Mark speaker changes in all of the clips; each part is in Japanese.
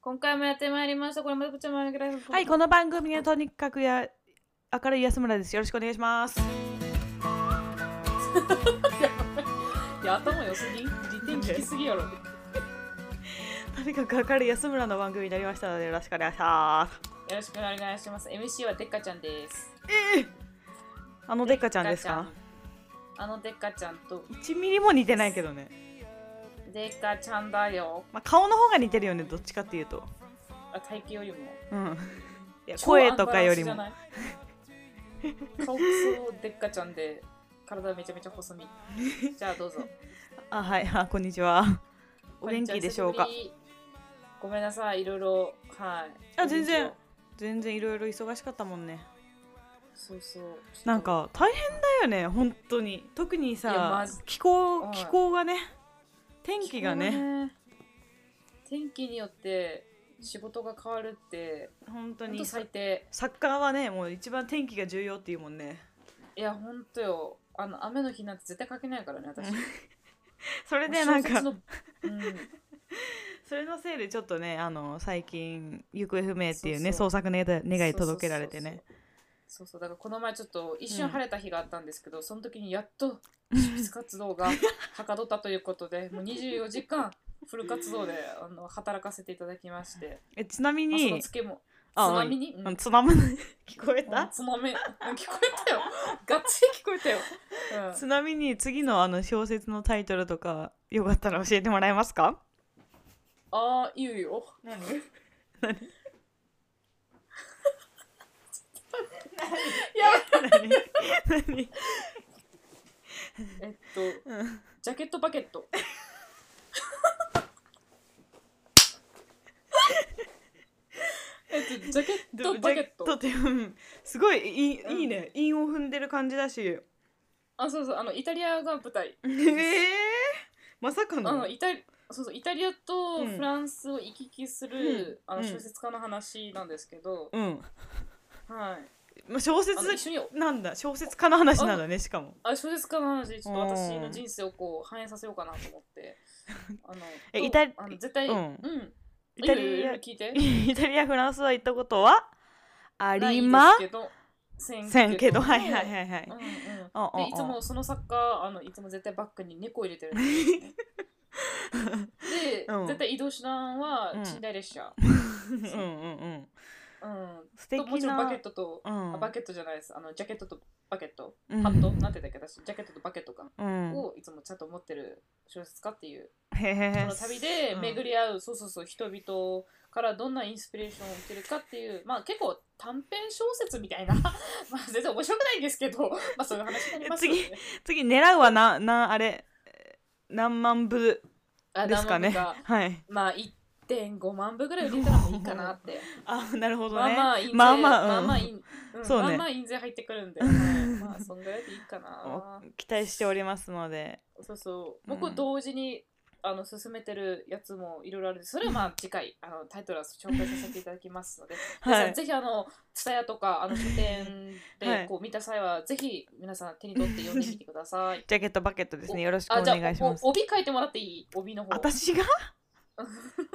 Speaker 1: 今回もやってまいりました。これまでこちらもあげられる。
Speaker 2: はい、この番組はとにかくや明るい安村です。よろしくお願いします。
Speaker 1: いや、頭良すぎ。利点利きすぎやろ。
Speaker 2: とにかく明るい安村の番組になりましたので、よろしくお願いします。
Speaker 1: よろしくお願いします。MC はデッカちゃんです。
Speaker 2: あのデッカちゃんです
Speaker 1: デッカ
Speaker 2: か
Speaker 1: ちゃんあのデッカちゃんと、
Speaker 2: ?1 ミリも似てないけどね。
Speaker 1: デッカちゃんだよ。
Speaker 2: まあ、顔の方が似てるよね、どっちかっていうと。
Speaker 1: あ体型よりも。
Speaker 2: うん。いや声とかよりも。
Speaker 1: 超アンバランスじゃない。顔くそデッカちゃんで、体めちゃめちゃ細身。じゃあどうぞ。
Speaker 2: あ、はい、あ、こんにちは。 お元気でしょうか
Speaker 1: こんにちは。久しぶりごめんなさい、いろいろ。はい。
Speaker 2: あ全然。全然いろいろ忙しかったもんね。
Speaker 1: そうそう。
Speaker 2: なんか大変だよね、本当に。特に
Speaker 1: いやマ
Speaker 2: さ
Speaker 1: ジ、
Speaker 2: 気候、
Speaker 1: うん
Speaker 2: 気候がね、天気がね、
Speaker 1: 天気によって仕事が変わるって
Speaker 2: 本当
Speaker 1: 本
Speaker 2: に
Speaker 1: 当最低
Speaker 2: サッカーはねもう一番天気が重要っていうもんね
Speaker 1: いや本当よあの雨の日なんて絶対書けないからね私
Speaker 2: それでな
Speaker 1: 小
Speaker 2: ん
Speaker 1: 説
Speaker 2: か
Speaker 1: のうん
Speaker 2: それのせいでちょっとねあの最近行方不明っていうね
Speaker 1: そう
Speaker 2: 捜索願い願い届けられてね
Speaker 1: そうそうそうそうだからこの前ちょっと一瞬晴れた日があったんですけど、その時にやっと執筆活動が はかどったということでもう24時間フル活動であの働かせていただきまして、
Speaker 2: えちなみ
Speaker 1: まあ、その
Speaker 2: に
Speaker 1: ツケもつ
Speaker 2: あ
Speaker 1: まみに、うん
Speaker 2: うんつまむ 聞こえ
Speaker 1: うん
Speaker 2: た
Speaker 1: つまみ聞こえ たよがっつり聞こえたよ、うん
Speaker 2: ちなみに次のあの小説のタイトルとかよかったら教えてもらえますか
Speaker 1: ああ、言うよ。
Speaker 2: 何何何
Speaker 1: えっと、
Speaker 2: うん
Speaker 1: ジャケットバケット。えっと、ジャケッ
Speaker 2: ど
Speaker 1: トバケット。
Speaker 2: じゃとてうんすごいいい,、
Speaker 1: うん
Speaker 2: いいね韻を踏んでる感じだし
Speaker 1: あ、そうそう、あの、イタリアが舞台。
Speaker 2: えー、 まさか
Speaker 1: あの、
Speaker 2: の
Speaker 1: イタリそうそうイタリアと
Speaker 2: うん
Speaker 1: フランスを行き来する、
Speaker 2: うん
Speaker 1: あの
Speaker 2: うん
Speaker 1: 小説家の話なんですけど、
Speaker 2: うん、
Speaker 1: はい
Speaker 2: まあ、小
Speaker 1: あの
Speaker 2: 説
Speaker 1: 一緒に
Speaker 2: なんだ小説家の話なんだねしかも
Speaker 1: あ小説家の話ちょっと私
Speaker 2: う
Speaker 1: の
Speaker 2: ん
Speaker 1: 人生をこう反映させようかなと思 ってあの
Speaker 2: え
Speaker 1: と
Speaker 2: イタリ
Speaker 1: あの絶対
Speaker 2: う
Speaker 1: うんん、
Speaker 2: イタリ
Speaker 1: い
Speaker 2: ア
Speaker 1: いよ聞いて
Speaker 2: イタリアフランスは行ったことはありま
Speaker 1: ないですけどせ
Speaker 2: せんけどはいはい
Speaker 1: い。
Speaker 2: はいはい
Speaker 1: うんうん
Speaker 2: あああ
Speaker 1: でいつもその作家あのいつも絶対バッグに猫入れてるんですよねで、
Speaker 2: うん
Speaker 1: 絶対移動手段は
Speaker 2: うん
Speaker 1: 寝台列車、
Speaker 2: うんうんうん
Speaker 1: うん
Speaker 2: 素
Speaker 1: とも
Speaker 2: 敵
Speaker 1: ちろんバケ
Speaker 2: な
Speaker 1: ットと、
Speaker 2: うん
Speaker 1: あバケットじゃないですあのジャケットとバケット、
Speaker 2: うん
Speaker 1: ハットなんて言ったっけ私ジャケットとバケットか、
Speaker 2: うん
Speaker 1: をいつもちゃんと持ってる小説家っていう
Speaker 2: へ
Speaker 1: そ
Speaker 2: へ
Speaker 1: の旅で巡り合う、そうそうそう人々からどんなインスピレーションを受けるかっていうまあ結構短編小説みたいな まあ全然面白くないんですけど まあそういう話になりますよね
Speaker 2: 次次狙うはななあれ何万部
Speaker 1: あ
Speaker 2: ですかね
Speaker 1: 生が
Speaker 2: はい
Speaker 1: まあ1.5万部ぐらい売れたらもういいかなって
Speaker 2: あなるほど
Speaker 1: まあ
Speaker 2: ね
Speaker 1: まあ印税
Speaker 2: まあまあうん
Speaker 1: まあまあ印うん
Speaker 2: そうね
Speaker 1: まあまあ印税入ってくる んで、はいまあそんぐらいでいいかな
Speaker 2: 期待して おりますので
Speaker 1: そうそう
Speaker 2: うん
Speaker 1: 僕同時に、あの進めてるやつもいろいろあるんですそれはまあ次回あのタイトルは紹介させていただきますので皆
Speaker 2: は
Speaker 1: さん
Speaker 2: い
Speaker 1: ぜひあの蔦屋とかあの書 店
Speaker 2: は
Speaker 1: で
Speaker 2: い。
Speaker 1: こう見た際は、ぜひ皆さん手に取って読んでみてください
Speaker 2: ジャケットバケットですねよろしく
Speaker 1: あ
Speaker 2: お
Speaker 1: じゃ
Speaker 2: 願いし
Speaker 1: あ
Speaker 2: ます
Speaker 1: お帯書いてもらっていい帯の方。
Speaker 2: 私が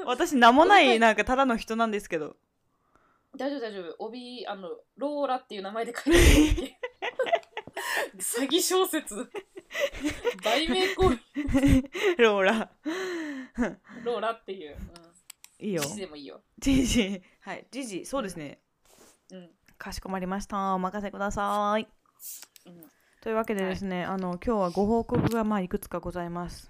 Speaker 2: 私名もないなんかただの人なんですけど
Speaker 1: 大丈夫大丈夫帯あのローラっていう名前で書いてもらって 詐欺小説売名行為
Speaker 2: ローラ
Speaker 1: ローラっていう。
Speaker 2: いい
Speaker 1: うん、
Speaker 2: よ
Speaker 1: 記事でもいいよ。
Speaker 2: ジジはいジジそうですね、
Speaker 1: うん
Speaker 2: かしこまりましたお任せください
Speaker 1: うん
Speaker 2: というわけでですね、あの今日はご報告がまあいくつかございます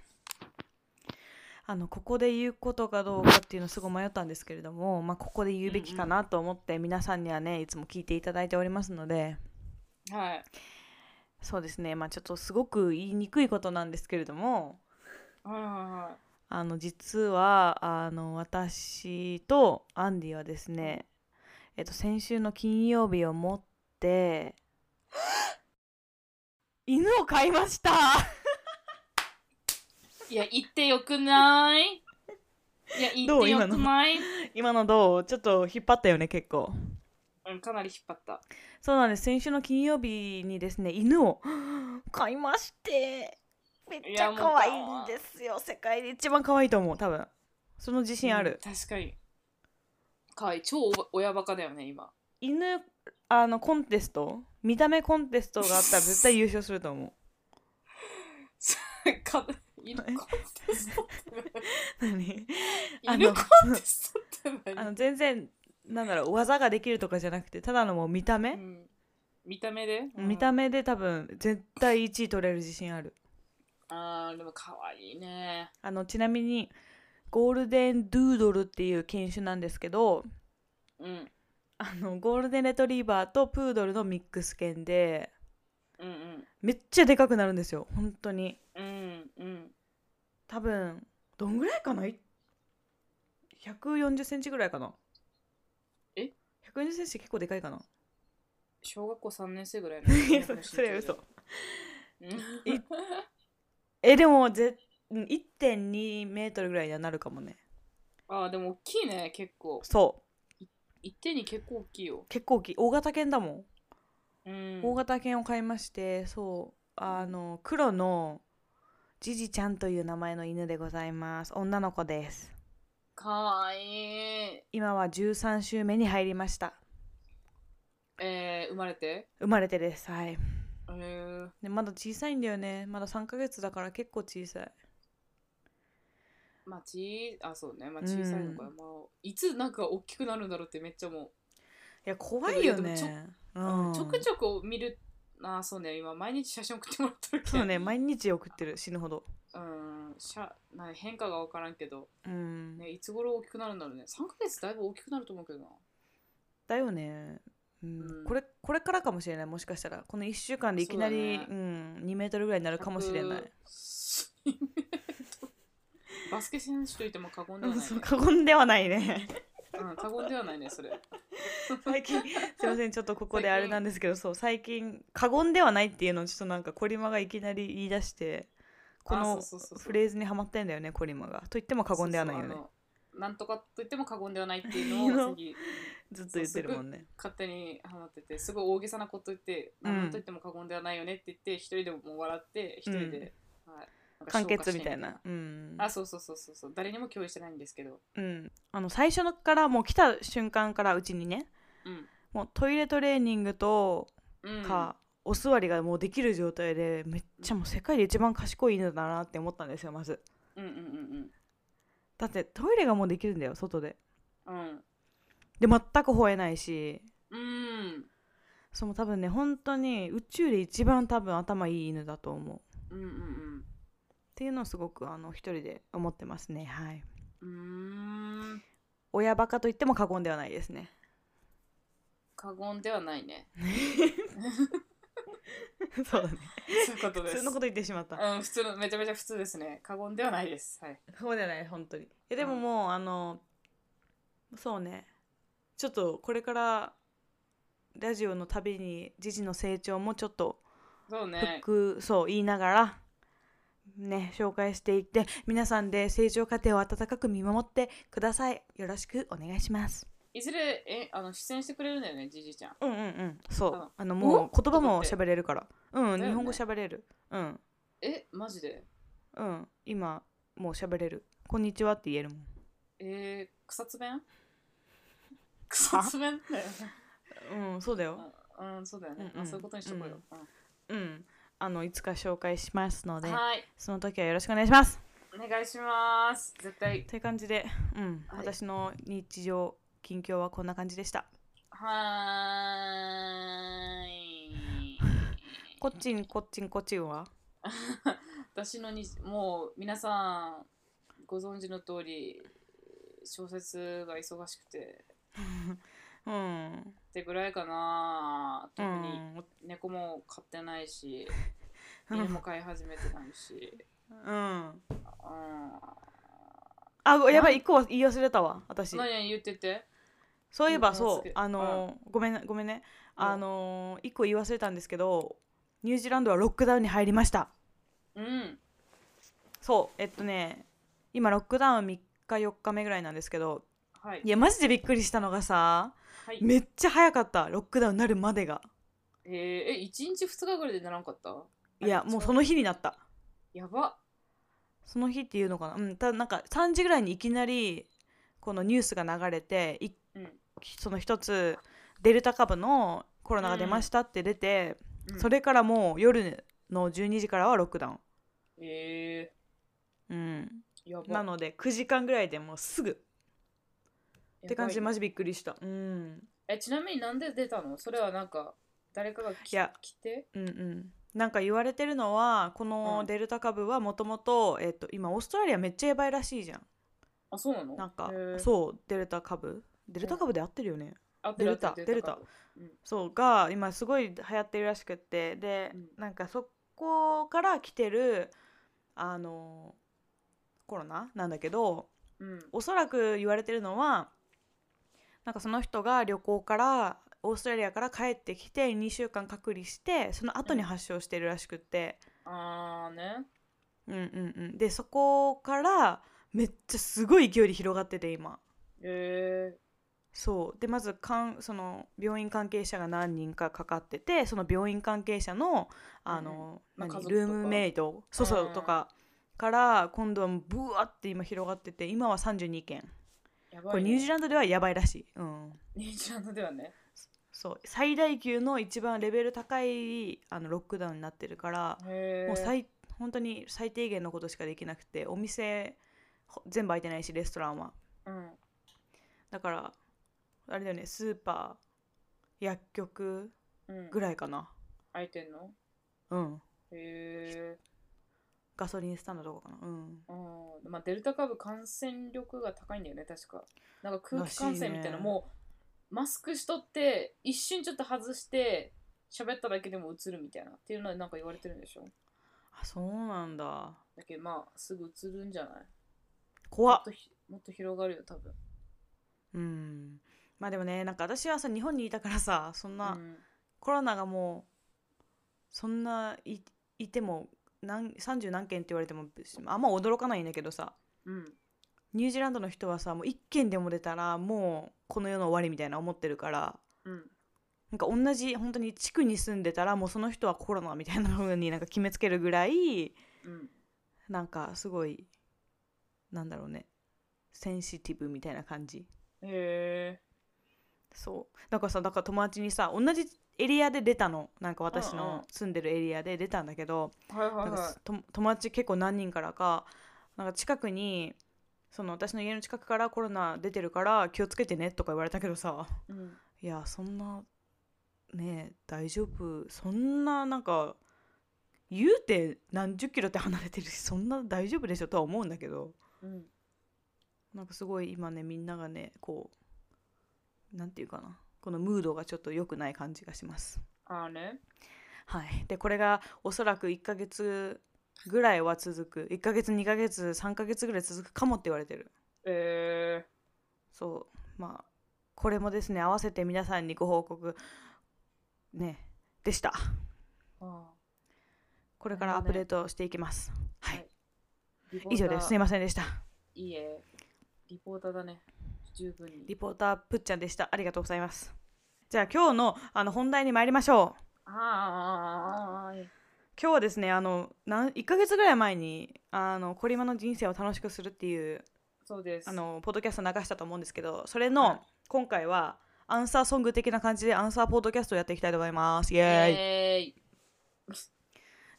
Speaker 2: あのここで言うことかどうかっていうのすごい迷ったんですけれども、まあ、ここで言うべきかなと思って皆さんにはねいつも聞いていただいておりますので
Speaker 1: はい。
Speaker 2: そうですねまあちょっとすごく言いにくいことなんですけれども
Speaker 1: はいはいはい。
Speaker 2: あの実はあの私とアンディはですね、えっと、先週の金曜日をもって 犬を飼いました
Speaker 1: いや、行ってよくないいや、行っ
Speaker 2: どう
Speaker 1: て
Speaker 2: 今
Speaker 1: よ
Speaker 2: の
Speaker 1: くない
Speaker 2: 今のどうちょっと引っ張ったよね結構
Speaker 1: うん、かなり引っ張った。
Speaker 2: そうなんです先週の金曜日にですね犬を 飼いましてめっちゃ可愛いんですよ世界で一番可愛いと思う多分その自信ある、
Speaker 1: うん確かに。かい超お親バカだよね今
Speaker 2: 犬あのコンテスト見た目コンテストがあったら絶対優勝すると思う
Speaker 1: か犬コンテストって
Speaker 2: 何あ
Speaker 1: 何
Speaker 2: の
Speaker 1: 犬コンテストって
Speaker 2: あ
Speaker 1: 何
Speaker 2: の全然なんだろう技ができるとかじゃなくてただのもう見た
Speaker 1: う
Speaker 2: 目、
Speaker 1: ん見た目で、うん
Speaker 2: 見た目で多分絶対1位取れる自信ある
Speaker 1: あーでも可愛いね
Speaker 2: あのちなみにゴールデンドゥードルっていう犬種なんですけど
Speaker 1: うん
Speaker 2: あのゴールデンレトリーバーとプードルのミックス犬で
Speaker 1: うんうん
Speaker 2: めっちゃでかくなるんですよ本当に
Speaker 1: うんうん
Speaker 2: 多分どんぐらいかな1 4 0ンチぐらいかな
Speaker 1: え
Speaker 2: ?140 センチ結構でかいかな
Speaker 1: 小学校3年生ぐらいの
Speaker 2: いやそれ それは嘘
Speaker 1: うん
Speaker 2: いえでもぜ1.2メートルぐらいにはなるかもね
Speaker 1: あーでも大きいね結構
Speaker 2: そ
Speaker 1: 一定に結構大きいよ
Speaker 2: う、結構大きい大型犬だもん
Speaker 1: うん、
Speaker 2: 大型犬を買いましてそうあの黒のジジちゃんという名前の犬でございます女の子です
Speaker 1: 可愛い
Speaker 2: 今は13週目に入りました
Speaker 1: えー、生まれて
Speaker 2: 生まれてですはい
Speaker 1: えー、
Speaker 2: でまだ小さいんだよねまだ3ヶ月だから結構小さい
Speaker 1: まあちあそうねまあ小さいのか、まあいつなんか大きくなるんだろうってめっちゃも
Speaker 2: いや怖いよ
Speaker 1: でもちょ
Speaker 2: ねう
Speaker 1: う、
Speaker 2: ん
Speaker 1: ちょくちょく見るあそうね今毎日写真送ってもらってるけど
Speaker 2: そうね毎日送ってる死ぬほど
Speaker 1: うんしゃな変化が分からんけど、
Speaker 2: うん
Speaker 1: ね、いつ頃大きくなるんだろうね3ヶ月だいぶ大きくなると思うけどな
Speaker 2: だよねうん
Speaker 1: うん
Speaker 2: これこれからかもしれないもしかしたらこの1週間でいきなりう、
Speaker 1: そうだね
Speaker 2: ん、2メートルぐらいになるかもしれない
Speaker 1: 100バスケ選手といっても過言ではない、ね
Speaker 2: そう過言ではな いね
Speaker 1: うん、過言ではないねそれ
Speaker 2: 最近すいませんちょっとここであれなんですけどそう最近過言ではないっていうのをちょっとなんかコリマがいきなり言い出してこの
Speaker 1: あそうそうそうそう
Speaker 2: フレーズにはまってんだよねコリマがと言っても過言ではないよね
Speaker 1: そうそうあのなんとかと言っても過言ではないっていうのを次
Speaker 2: ずっと言ってるもんね
Speaker 1: 勝手にハマっててすごい大げさなこと言って
Speaker 2: うん
Speaker 1: 何と言っても過言ではないよねって言って一人でも笑って一人で、はい、なんか消
Speaker 2: 完
Speaker 1: 化
Speaker 2: 結
Speaker 1: して
Speaker 2: みたいなうん
Speaker 1: あそうそうそうそうそう誰にも共有してないんですけど
Speaker 2: うん、あの最初のからもう来た瞬間からうちにね
Speaker 1: うん
Speaker 2: もうトイレトレーニングと
Speaker 1: うん
Speaker 2: か、お座りがもうできる状態でめっちゃもう世界で一番賢い犬だなって思ったんですよまず
Speaker 1: うんうんうん
Speaker 2: だってトイレがもうできるんだよ外で
Speaker 1: うんうん
Speaker 2: で全く吠えないし
Speaker 1: うん
Speaker 2: その多分ね本当に宇宙で一番多分頭いい犬だと思うっ
Speaker 1: うんうん
Speaker 2: ていうのをすごくあの一人で思ってますねはい
Speaker 1: うんうーん
Speaker 2: 親バカと言っても過言ではないです ね
Speaker 1: 過言ではないね
Speaker 2: そうだね
Speaker 1: そういうことで
Speaker 2: 普
Speaker 1: す
Speaker 2: 通のこと言ってしまった
Speaker 1: うん普通のめちゃめちゃ普通ですね過言ではないですはい
Speaker 2: そうじゃない本当にえでも
Speaker 1: うん
Speaker 2: もう、あのそうねちょっとこれからラジオのたびにジジの成長もちょっと
Speaker 1: そうね
Speaker 2: 服、そう言いながらね紹介していって皆さんで成長過程を温かく見守ってくださいよろしくお願いします
Speaker 1: いずれえあの出演してくれるんだよねじじちゃん
Speaker 2: うんうんうんそう
Speaker 1: あ
Speaker 2: あのもう
Speaker 1: お
Speaker 2: 言葉も
Speaker 1: と思
Speaker 2: 喋れるからうん、
Speaker 1: だよね
Speaker 2: 日本語喋れるうん
Speaker 1: えマジで
Speaker 2: うん今もう喋れるこんにちはって言えるもん
Speaker 1: えー、草津 弁草津弁だよね
Speaker 2: うんそうだよ
Speaker 1: うんそうだよね、
Speaker 2: うんう
Speaker 1: あ
Speaker 2: ん
Speaker 1: そういうことにしとこうよ、う
Speaker 2: うん、あのいつか紹介しますの
Speaker 1: ん
Speaker 2: で、
Speaker 1: はい
Speaker 2: その時はよろしくお願いします。
Speaker 1: お願いします絶対
Speaker 2: という感じで、うん、
Speaker 1: はい
Speaker 2: 私の日常近況はこんな感じでした。
Speaker 1: はーい
Speaker 2: こっちんこっちんこっちんは、
Speaker 1: 私のにもう皆さんご存知の通り小説が忙しくて
Speaker 2: うん、
Speaker 1: ってぐらいかな
Speaker 2: う
Speaker 1: 特に
Speaker 2: ん、
Speaker 1: 猫も飼ってないし、
Speaker 2: うん
Speaker 1: 犬も飼い始めてないし、
Speaker 2: うん。
Speaker 1: う
Speaker 2: あ、ごやばい一個は言い忘れたわ、私
Speaker 1: ん、。何言ってて
Speaker 2: そういえば
Speaker 1: うん
Speaker 2: そ
Speaker 1: 忘
Speaker 2: う
Speaker 1: れ、
Speaker 2: あのごめんなごめんね、あの一個言い忘れたんですけど、ニュージーランドはロックダウンに入りました。
Speaker 1: うん
Speaker 2: そう、えっとね、今ロックダウン3日4日目ぐらいなんですけど、
Speaker 1: はい
Speaker 2: いやマジでびっくりしたのがさ。
Speaker 1: はい
Speaker 2: めっちゃ早かったロックダウンになるまでが
Speaker 1: えー、え1日2日ぐらいでならんかった
Speaker 2: いや
Speaker 1: あ
Speaker 2: もう
Speaker 1: 違
Speaker 2: その日になった
Speaker 1: やば
Speaker 2: その日っていうのかなうんただなんか3時ぐらいにいきなりこのニュースが流れてい
Speaker 1: うん
Speaker 2: その一つデルタ株のコロナが出ましたって出て、
Speaker 1: うん
Speaker 2: それからもう夜の12時からはロックダウン、
Speaker 1: え
Speaker 2: うん、
Speaker 1: ー、やば
Speaker 2: なので9時間ぐらいでもうすぐっ
Speaker 1: って
Speaker 2: 感じでマジびっくりした、うん、
Speaker 1: えちなみになんで出たのそれはなんか誰かが
Speaker 2: いや
Speaker 1: 来て
Speaker 2: うんうんなんか言われてるのはこ
Speaker 1: う
Speaker 2: の
Speaker 1: ん
Speaker 2: デルタ株はもともと今オーストラリアめっちゃやばいらしいじゃん
Speaker 1: あそうなの
Speaker 2: なんか
Speaker 1: へー
Speaker 2: そうデルタ株デルタ株で合ってるよね、
Speaker 1: あ
Speaker 2: デルタ
Speaker 1: 出た
Speaker 2: デルタそうが今すごい流行ってるらしくってで、
Speaker 1: うん
Speaker 2: なんかそこから来てるあのコロナなんだけど
Speaker 1: うん
Speaker 2: おそらく言われてるのはなんかその人が旅行からオーストラリアから帰ってきて2週間隔離してその後に発症してるらしくって、
Speaker 1: あーね
Speaker 2: うんうんうん、でそこからめっちゃすごい勢いで広がってて今。
Speaker 1: え
Speaker 2: そうでまずかんその病院関係者が何人かかかっててその病院関係者のあの、
Speaker 1: まあ
Speaker 2: 何
Speaker 1: 家族と
Speaker 2: ル
Speaker 1: か
Speaker 2: ームメイトそうそう
Speaker 1: うん
Speaker 2: とかから今度はブワーって今広がってて今は32件
Speaker 1: ー、やばい、ね、
Speaker 2: これニュージーランドではやばいらしい、うん、
Speaker 1: ニュージーランドではね
Speaker 2: そう最大級の一番レベル高いあのロックダウンになってるから
Speaker 1: へー
Speaker 2: もう最本当に最低限のことしかできなくてお店ほ全部開いてないしレストランは
Speaker 1: うん
Speaker 2: だからあれだよねスーパー薬局
Speaker 1: うん
Speaker 2: ぐらいかな
Speaker 1: 空いてんの
Speaker 2: うん
Speaker 1: へえ
Speaker 2: ガソリンスタンドとかかなうん
Speaker 1: うんまあデルタ株感染力が高いんだよね確かなんか空気感染みたいな
Speaker 2: らしいね
Speaker 1: もうマスクしとって一瞬ちょっと外して喋っただけでも映るみたいなっていうのはなんか言われてるんでしょ
Speaker 2: あそうなんだ
Speaker 1: だけどまあすぐ映るんじゃないも
Speaker 2: 怖
Speaker 1: っ
Speaker 2: っ
Speaker 1: とひもっと広がるよ多分
Speaker 2: うんまあでもねなんか私はさ日本にいたからさそんな、
Speaker 1: うん
Speaker 2: コロナがもうそんないいても何30何件って言われてもあんま驚かないんだけどさ
Speaker 1: うん
Speaker 2: ニュージーランドの人はさもう1件でも出たらもうこの世の終わりみたいな思ってるから
Speaker 1: うん
Speaker 2: なんか同じ本当に地区に住んでたらもうその人はコロナみたいな風になんか決めつけるぐら
Speaker 1: う
Speaker 2: い
Speaker 1: ん
Speaker 2: なんかすごいなんだろうねセンシティブみたいな感じ
Speaker 1: へえ
Speaker 2: そうだからさだから友達にさ同じエリアで出たのなんか私
Speaker 1: うんうん
Speaker 2: の住んでるエリアで出たんだけど、
Speaker 1: はいはい
Speaker 2: なんか
Speaker 1: は
Speaker 2: すと友達結構何人からかなんか近くにその私の家の近くからコロナ出てるから気をつけてねとか言われたけどさ
Speaker 1: い、うん、
Speaker 2: いやそんなねえ大丈夫そんななんか言うて何十キロって離れてるしそんな大丈夫でしょとは思うんだけど
Speaker 1: うん、
Speaker 2: なんかすごい今ねみんながねこうなんていうかなこのムードがちょっと良くない感じがします。
Speaker 1: ああね
Speaker 2: はい、でこれがおそらく1ヶ月ぐらいは続く1ヶ月2ヶ月3ヶ月ぐらい続くかもって言われてる
Speaker 1: えー、
Speaker 2: そうまあこれもですね合わせて皆さんにご報告ねでした
Speaker 1: あ
Speaker 2: これからアップデートしていきます、は
Speaker 1: はいー
Speaker 2: い
Speaker 1: リポーター
Speaker 2: 以上ですすいませんでした
Speaker 1: いいえリポーターだね十分に
Speaker 2: リポーターぷっちゃんでしたありがとうございますじゃあ今日のあの本題に参りましょう
Speaker 1: あーあーあーあー
Speaker 2: 今日はですねあのなん1ヶ月ぐらい前にあのコリマの人生を楽しくするっていう
Speaker 1: そうです
Speaker 2: あのポッドキャスト流したと思うんですけどそれ
Speaker 1: はい
Speaker 2: の今回はアンサーソング的な感じでアンサーポッドキャストをやっていきたいと思いますイエーイ、
Speaker 1: えーい、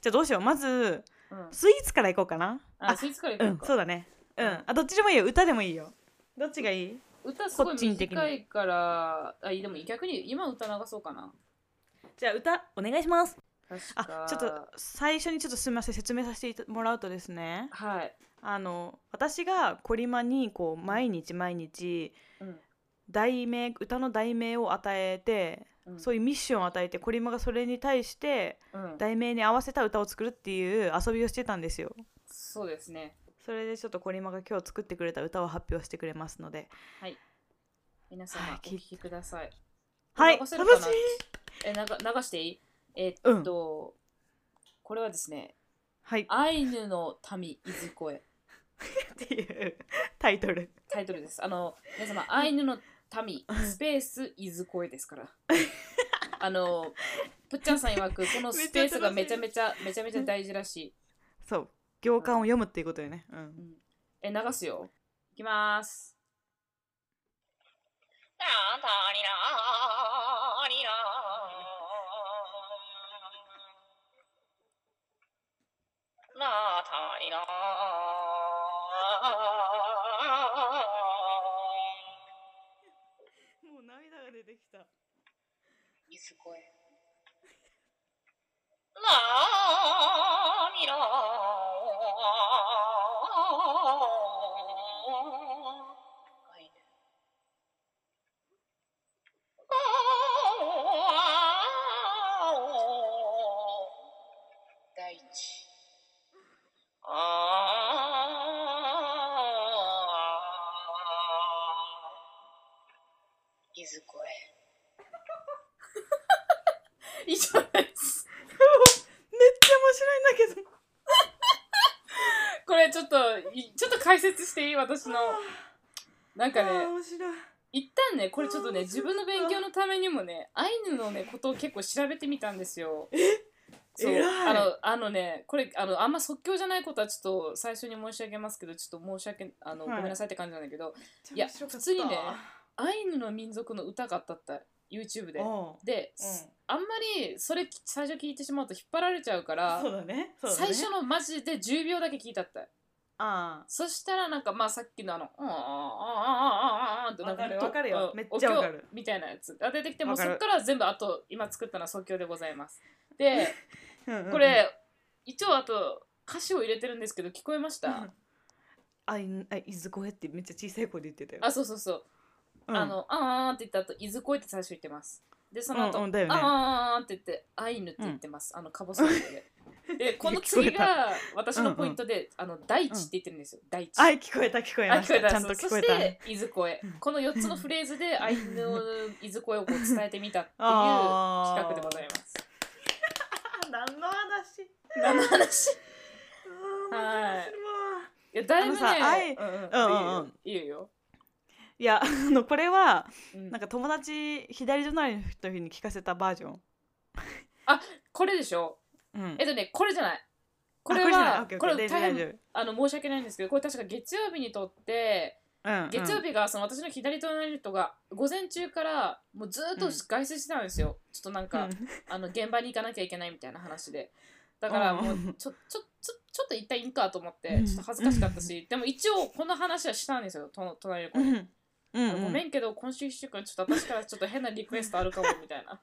Speaker 2: じゃあどうしようまず
Speaker 1: うん、
Speaker 2: スイーツからいこうかな
Speaker 1: あスイーツからいうこうんか、
Speaker 2: そうだねうん、
Speaker 1: うん
Speaker 2: あどっちでもいいよ歌でもいいよどっちがいい
Speaker 1: 歌すご
Speaker 2: こ
Speaker 1: い
Speaker 2: っちに的に
Speaker 1: 短いからあいいでも逆に今歌流そうかな
Speaker 2: じゃあ歌お願いします
Speaker 1: 確か
Speaker 2: あちょっと最初にちょっとすみません説明させてもらうとですね
Speaker 1: はい、
Speaker 2: あの私がコリマにこう毎日毎日
Speaker 1: うん
Speaker 2: 題名歌の題名を与えて、
Speaker 1: うん、
Speaker 2: そういうミッションを与えてコリマがそれに対して
Speaker 1: うん、
Speaker 2: 題名に合わせた歌を作るっていう遊びをしてたんですよ
Speaker 1: そうですね
Speaker 2: それでちょっとコリマが今日作ってくれた歌を発表してくれますので
Speaker 1: 皆様、
Speaker 2: はい
Speaker 1: お
Speaker 2: 聞
Speaker 1: 聞
Speaker 2: い
Speaker 1: きください。
Speaker 2: はい
Speaker 1: 流
Speaker 2: 楽し
Speaker 1: せ
Speaker 2: い
Speaker 1: るかなえなが流していいえっと、これはですね、
Speaker 2: はい
Speaker 1: アイヌの民いずこへ
Speaker 2: っていうタイトル
Speaker 1: タイトルです。あの、皆様、アイヌの民、スペースいずこへです から。あの、ぷっちゃんさん曰く、このスペースがめちゃめちゃ、めちゃめちゃ大事らしい。
Speaker 2: そう行間を読むっていうことよねうん
Speaker 1: え、流すよ。いきます。
Speaker 3: Now ンタリラーリラーラタリラ
Speaker 2: もう涙が出てきた。
Speaker 3: 水声ラーミラーいいね大地あーいずこへ
Speaker 1: 以上です。
Speaker 2: めっちゃ面白いんだけど。
Speaker 1: これちょっと、いちょっと解説していい私の。なんか
Speaker 2: あー
Speaker 1: ね、
Speaker 2: 面白い。
Speaker 1: 一旦ね、これちょっとね、
Speaker 2: あー
Speaker 1: 自
Speaker 2: そう
Speaker 1: 分の勉強のためにもね、アイヌのね、ことを結構調べてみたんですよ。そう
Speaker 2: 偉い
Speaker 1: あのあのねこれあのあんま即興じゃないことはちょっと最初に申し上げますけどちょっと申し訳あの、
Speaker 2: はい
Speaker 1: ごめんなさいって感じなんだけど
Speaker 2: めっちゃ面白か
Speaker 1: いや普
Speaker 2: った
Speaker 1: 通にねアイヌの民族の歌があったった YouTube で
Speaker 2: おう
Speaker 1: で、
Speaker 2: うん
Speaker 1: あんまりそれ最初聞いてしまうと引っ張られちゃうから
Speaker 2: そうだね。そうだね
Speaker 1: 最初のマジで10秒だけ聞いたった
Speaker 2: ああ。
Speaker 1: そしたらなんかまあさっきのあの「うんうんうんうんうんうんうん」ってなん
Speaker 2: わか
Speaker 1: ほ
Speaker 2: る
Speaker 1: んと
Speaker 2: わかるよ
Speaker 1: うん
Speaker 2: めっちゃわかる
Speaker 1: お経みたいなやつが出てきてもう
Speaker 2: わ
Speaker 1: そ
Speaker 2: かる
Speaker 1: っから全部あと今作ったのは即興でございますで
Speaker 2: うんうんうん
Speaker 1: こ。れ一応あと歌詞を入れてるんですけど聞こえまし
Speaker 2: う
Speaker 1: た
Speaker 2: んあいあいずこへってめっちゃ小さい声で言ってたよ。
Speaker 1: あそうそうそう、
Speaker 2: うん
Speaker 1: あの「あーん」って言った後「いずこい」って最初言ってますでその後「
Speaker 2: うんうんだよね
Speaker 1: あーん」って言って「アイヌ」って言ってます、あのかぼそ英語で。でこの次
Speaker 2: 聞こ
Speaker 1: が私のポイントで「あの大地」って言ってるんですよ「大地」
Speaker 2: はい、聞こえた聞こえ
Speaker 1: あ
Speaker 2: まし
Speaker 1: 聞こえた
Speaker 2: た。ちゃんと聞こえ
Speaker 1: そ
Speaker 2: た。
Speaker 1: して「いずこへ」この4つのフレーズ でアイヌの「いずこへ」をこう伝えてみたっていう
Speaker 2: あー
Speaker 1: 企画でございます。
Speaker 2: あ何の話？
Speaker 1: 何の話いはい
Speaker 2: い。
Speaker 1: やだいぶね
Speaker 2: あのさアイうんうんうん
Speaker 1: いいよいいよ、
Speaker 2: いやあのこれは
Speaker 1: うん
Speaker 2: なんか友達左隣の人に聞かせたバージョン。
Speaker 1: これでしょ
Speaker 2: うん
Speaker 1: えっとねこれじゃないこれ
Speaker 2: あじゃないオ
Speaker 1: は
Speaker 2: ッケーオ
Speaker 1: こ
Speaker 2: ッケー
Speaker 1: れ
Speaker 2: 大丈
Speaker 1: 大
Speaker 2: 夫
Speaker 1: 変あの申し訳ないんですけどこれ確か月曜日にとって
Speaker 2: 大丈夫
Speaker 1: 月曜
Speaker 2: 日
Speaker 1: 日がその私の左隣の人が午前中からもうずっと
Speaker 2: うん
Speaker 1: 外出してたんですよ、ちょっとなんか、あの現場に行かなきゃいけないみたいな話でだから
Speaker 2: うん
Speaker 1: もうちょちょちょちょっと一旦いいかと思って
Speaker 2: うん
Speaker 1: ちょっと恥ずかしかったしでも一応この話はしたんですよと隣の子
Speaker 2: う
Speaker 1: に、
Speaker 2: んうん
Speaker 1: あのごめ
Speaker 2: ん。
Speaker 1: んけど今週1週間ちょっと私からちょっと変なリクエストあるかもみたい な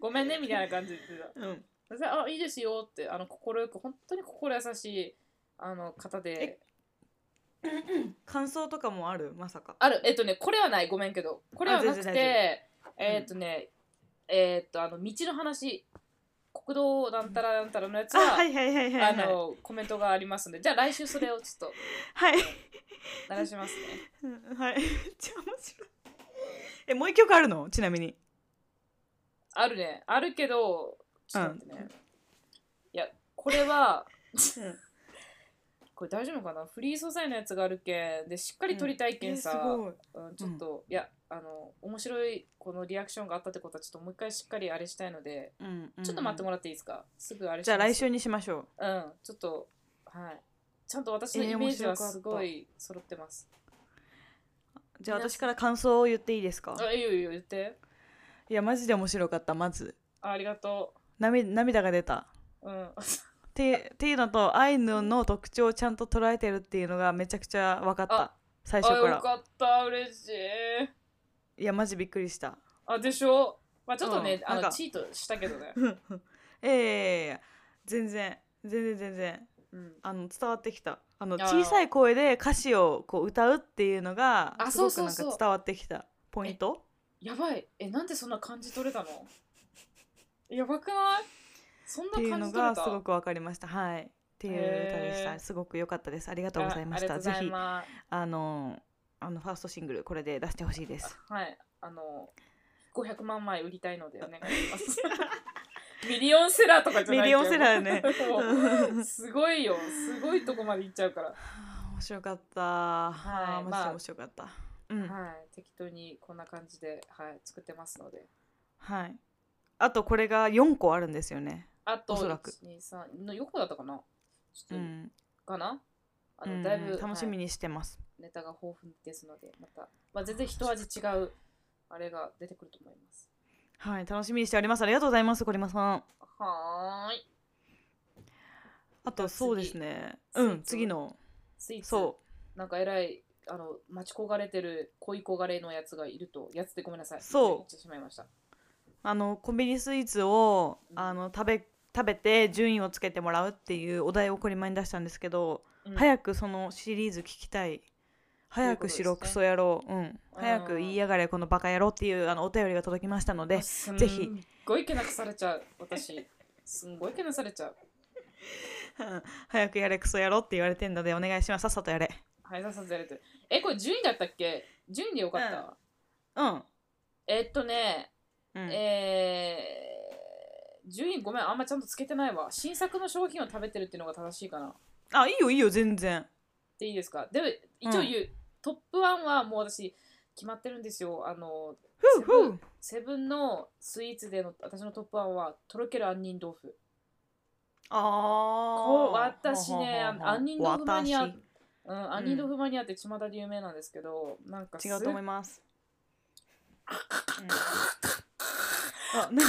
Speaker 1: ごめんねみたいな感じで言ってた
Speaker 2: うん
Speaker 1: であいいですよってあの心よく本当に心優しいあの方で
Speaker 2: 感想とかもあるまさか。
Speaker 1: あるえっとねこれはないごめんけどこれはなく
Speaker 2: あ全然大
Speaker 1: て
Speaker 2: 丈夫
Speaker 1: えっとね、えっとあの道の話国道なんたらなんたらのやつは、
Speaker 2: はいはいはいはい
Speaker 1: あ
Speaker 2: はい。
Speaker 1: のコメントがありますのでじゃあ来週それをちょっ
Speaker 2: はい
Speaker 1: と流しますね
Speaker 2: うんはい。 めっちゃ面白い。えもう一曲あるのちなみに。
Speaker 1: あるねあるけどちょっと待ってね、いやこれはこれ大丈夫かなフリー素材のやつがあるけんでしっかり撮りたいけんさ、
Speaker 2: えすごい。
Speaker 1: うん、ちょっと、いやあの面白いこのリアクションがあったってことはちょっともう一回しっかりあれしたいので、
Speaker 2: うんうん
Speaker 1: ちょっと待ってもらっていいですかすぐあれし
Speaker 2: じゃあ
Speaker 1: ます
Speaker 2: 来週にしましょ
Speaker 1: う
Speaker 2: う。
Speaker 1: んちょっとはいちゃんと私の
Speaker 2: えー
Speaker 1: イメージは
Speaker 2: 面白かった
Speaker 1: すごい揃ってます、
Speaker 2: じゃあ私から感想を言っていいですか
Speaker 1: あいいよいいよ言って
Speaker 2: いやマジで面白かったまず
Speaker 1: あありがと
Speaker 2: 涙涙が出た
Speaker 1: ううん
Speaker 2: ってっていうのとアイヌの特徴をちゃんと捉えてるっていうのがめちゃくちゃ分かった
Speaker 1: あ
Speaker 2: 最
Speaker 1: あ
Speaker 2: 初か
Speaker 1: よ
Speaker 2: ら
Speaker 1: かった嬉しい
Speaker 2: いやマジびっくりした
Speaker 1: あでしょまあちょっとね、
Speaker 2: うん
Speaker 1: あ
Speaker 2: な
Speaker 1: の
Speaker 2: んか
Speaker 1: チートしたけどね、
Speaker 2: ええ全然全然全然
Speaker 1: うん、
Speaker 2: あの伝わってきたあの
Speaker 1: あー
Speaker 2: 小さい声で歌詞をこう歌うっていうのが
Speaker 1: あ
Speaker 2: すごく
Speaker 1: そう
Speaker 2: な
Speaker 1: そうんそう
Speaker 2: か伝わってきたポイント
Speaker 1: やばいえなんでそんな感じ取れたのやばくないそんな
Speaker 2: っていう
Speaker 1: 感
Speaker 2: の
Speaker 1: じ取れ
Speaker 2: が
Speaker 1: た
Speaker 2: すごく分かりましたはいっていう歌でした、
Speaker 1: へー
Speaker 2: すごく良かったですありがとうございました
Speaker 1: ああり
Speaker 2: ぜ
Speaker 1: がとうござい
Speaker 2: ひ
Speaker 1: ます
Speaker 2: あのあのファーストシングルこれで出してほしいです
Speaker 1: はい、あの500万枚売りたいのでお願いします。 ミリオンセラーとかじゃないけど
Speaker 2: ミリオンセラーね
Speaker 1: もう すごいよ、すごいとこまで行っちゃうから。
Speaker 2: はあ 面白かった。はいい、マジ
Speaker 1: まあ
Speaker 2: で面白かった。うん、
Speaker 1: はい、適当にこんな感じで、はい、作ってますので。
Speaker 2: はい。あとこれが四個あるんですよね。
Speaker 1: あと、
Speaker 2: おそらく
Speaker 1: 1 2、3の横だったかなち
Speaker 2: う
Speaker 1: ょっと、
Speaker 2: ん、
Speaker 1: かなあ
Speaker 2: う
Speaker 1: の
Speaker 2: ん
Speaker 1: だいぶ、
Speaker 2: 楽しみ
Speaker 1: はい
Speaker 2: にしてます。
Speaker 1: ネタが豊富ですので、また、まあ、全然一味違うあれが出てくると思います。
Speaker 2: はい、楽しみにしております。ありがとうございます、こりまさん。
Speaker 1: はーい。じゃ
Speaker 2: あ
Speaker 1: あ
Speaker 2: と、
Speaker 1: 次
Speaker 2: そうですね。
Speaker 1: スイーツ
Speaker 2: うん、次の。
Speaker 1: スイーツ、
Speaker 2: そ
Speaker 1: なんかえらい、あの、待ち焦がれてる恋焦がれのやつがいると、やつでごめんなさい。
Speaker 2: そう
Speaker 1: 言ってしまいました。
Speaker 2: う、あの、コンビニスイーツを
Speaker 1: う、ん
Speaker 2: あの、食べ、食べて順位をつけてもらうっていうお題をこりまに出したんですけど、
Speaker 1: うん
Speaker 2: 早くそのシリーズ聞きたい。早くしろ、
Speaker 1: と
Speaker 2: ク
Speaker 1: いうこと
Speaker 2: ソ野郎。うん。早く
Speaker 1: うん
Speaker 2: 言いやがれ、このバカ野郎っていう、あの、お便りが届きましたので、
Speaker 1: すん
Speaker 2: ぜひ
Speaker 1: ごいけなくされちゃう、私。すんごいけなされちゃう。
Speaker 2: 早くやれ、クソ野郎って言われてんので、お願いします。さっさとやれ。
Speaker 1: はい、ささずやれてる。え、これ順位だったっけ順位でよかった、
Speaker 2: うん。
Speaker 1: えっとね、
Speaker 2: うん、
Speaker 1: えー、順位ごめん、あんまちゃんとつけてないわ。新作の商品を食べてるっていうのが正しいかな。
Speaker 2: あ、いいよ、いいよ、全然。
Speaker 1: でいいですかでも、一応言う、トップ1はもう私、決まってるんですよ。あの、
Speaker 2: ふうふう。
Speaker 1: セブンのスイーツでの私のトップ1は、とろける杏仁豆腐。
Speaker 2: あ
Speaker 1: こう私ね
Speaker 2: ほうほうほうほう
Speaker 1: 杏仁豆腐マニア
Speaker 2: 私
Speaker 1: うん、杏仁豆腐マニアって巷で有名なんですけど、なんか
Speaker 2: 違うと思い
Speaker 1: ま
Speaker 2: ます。あ、何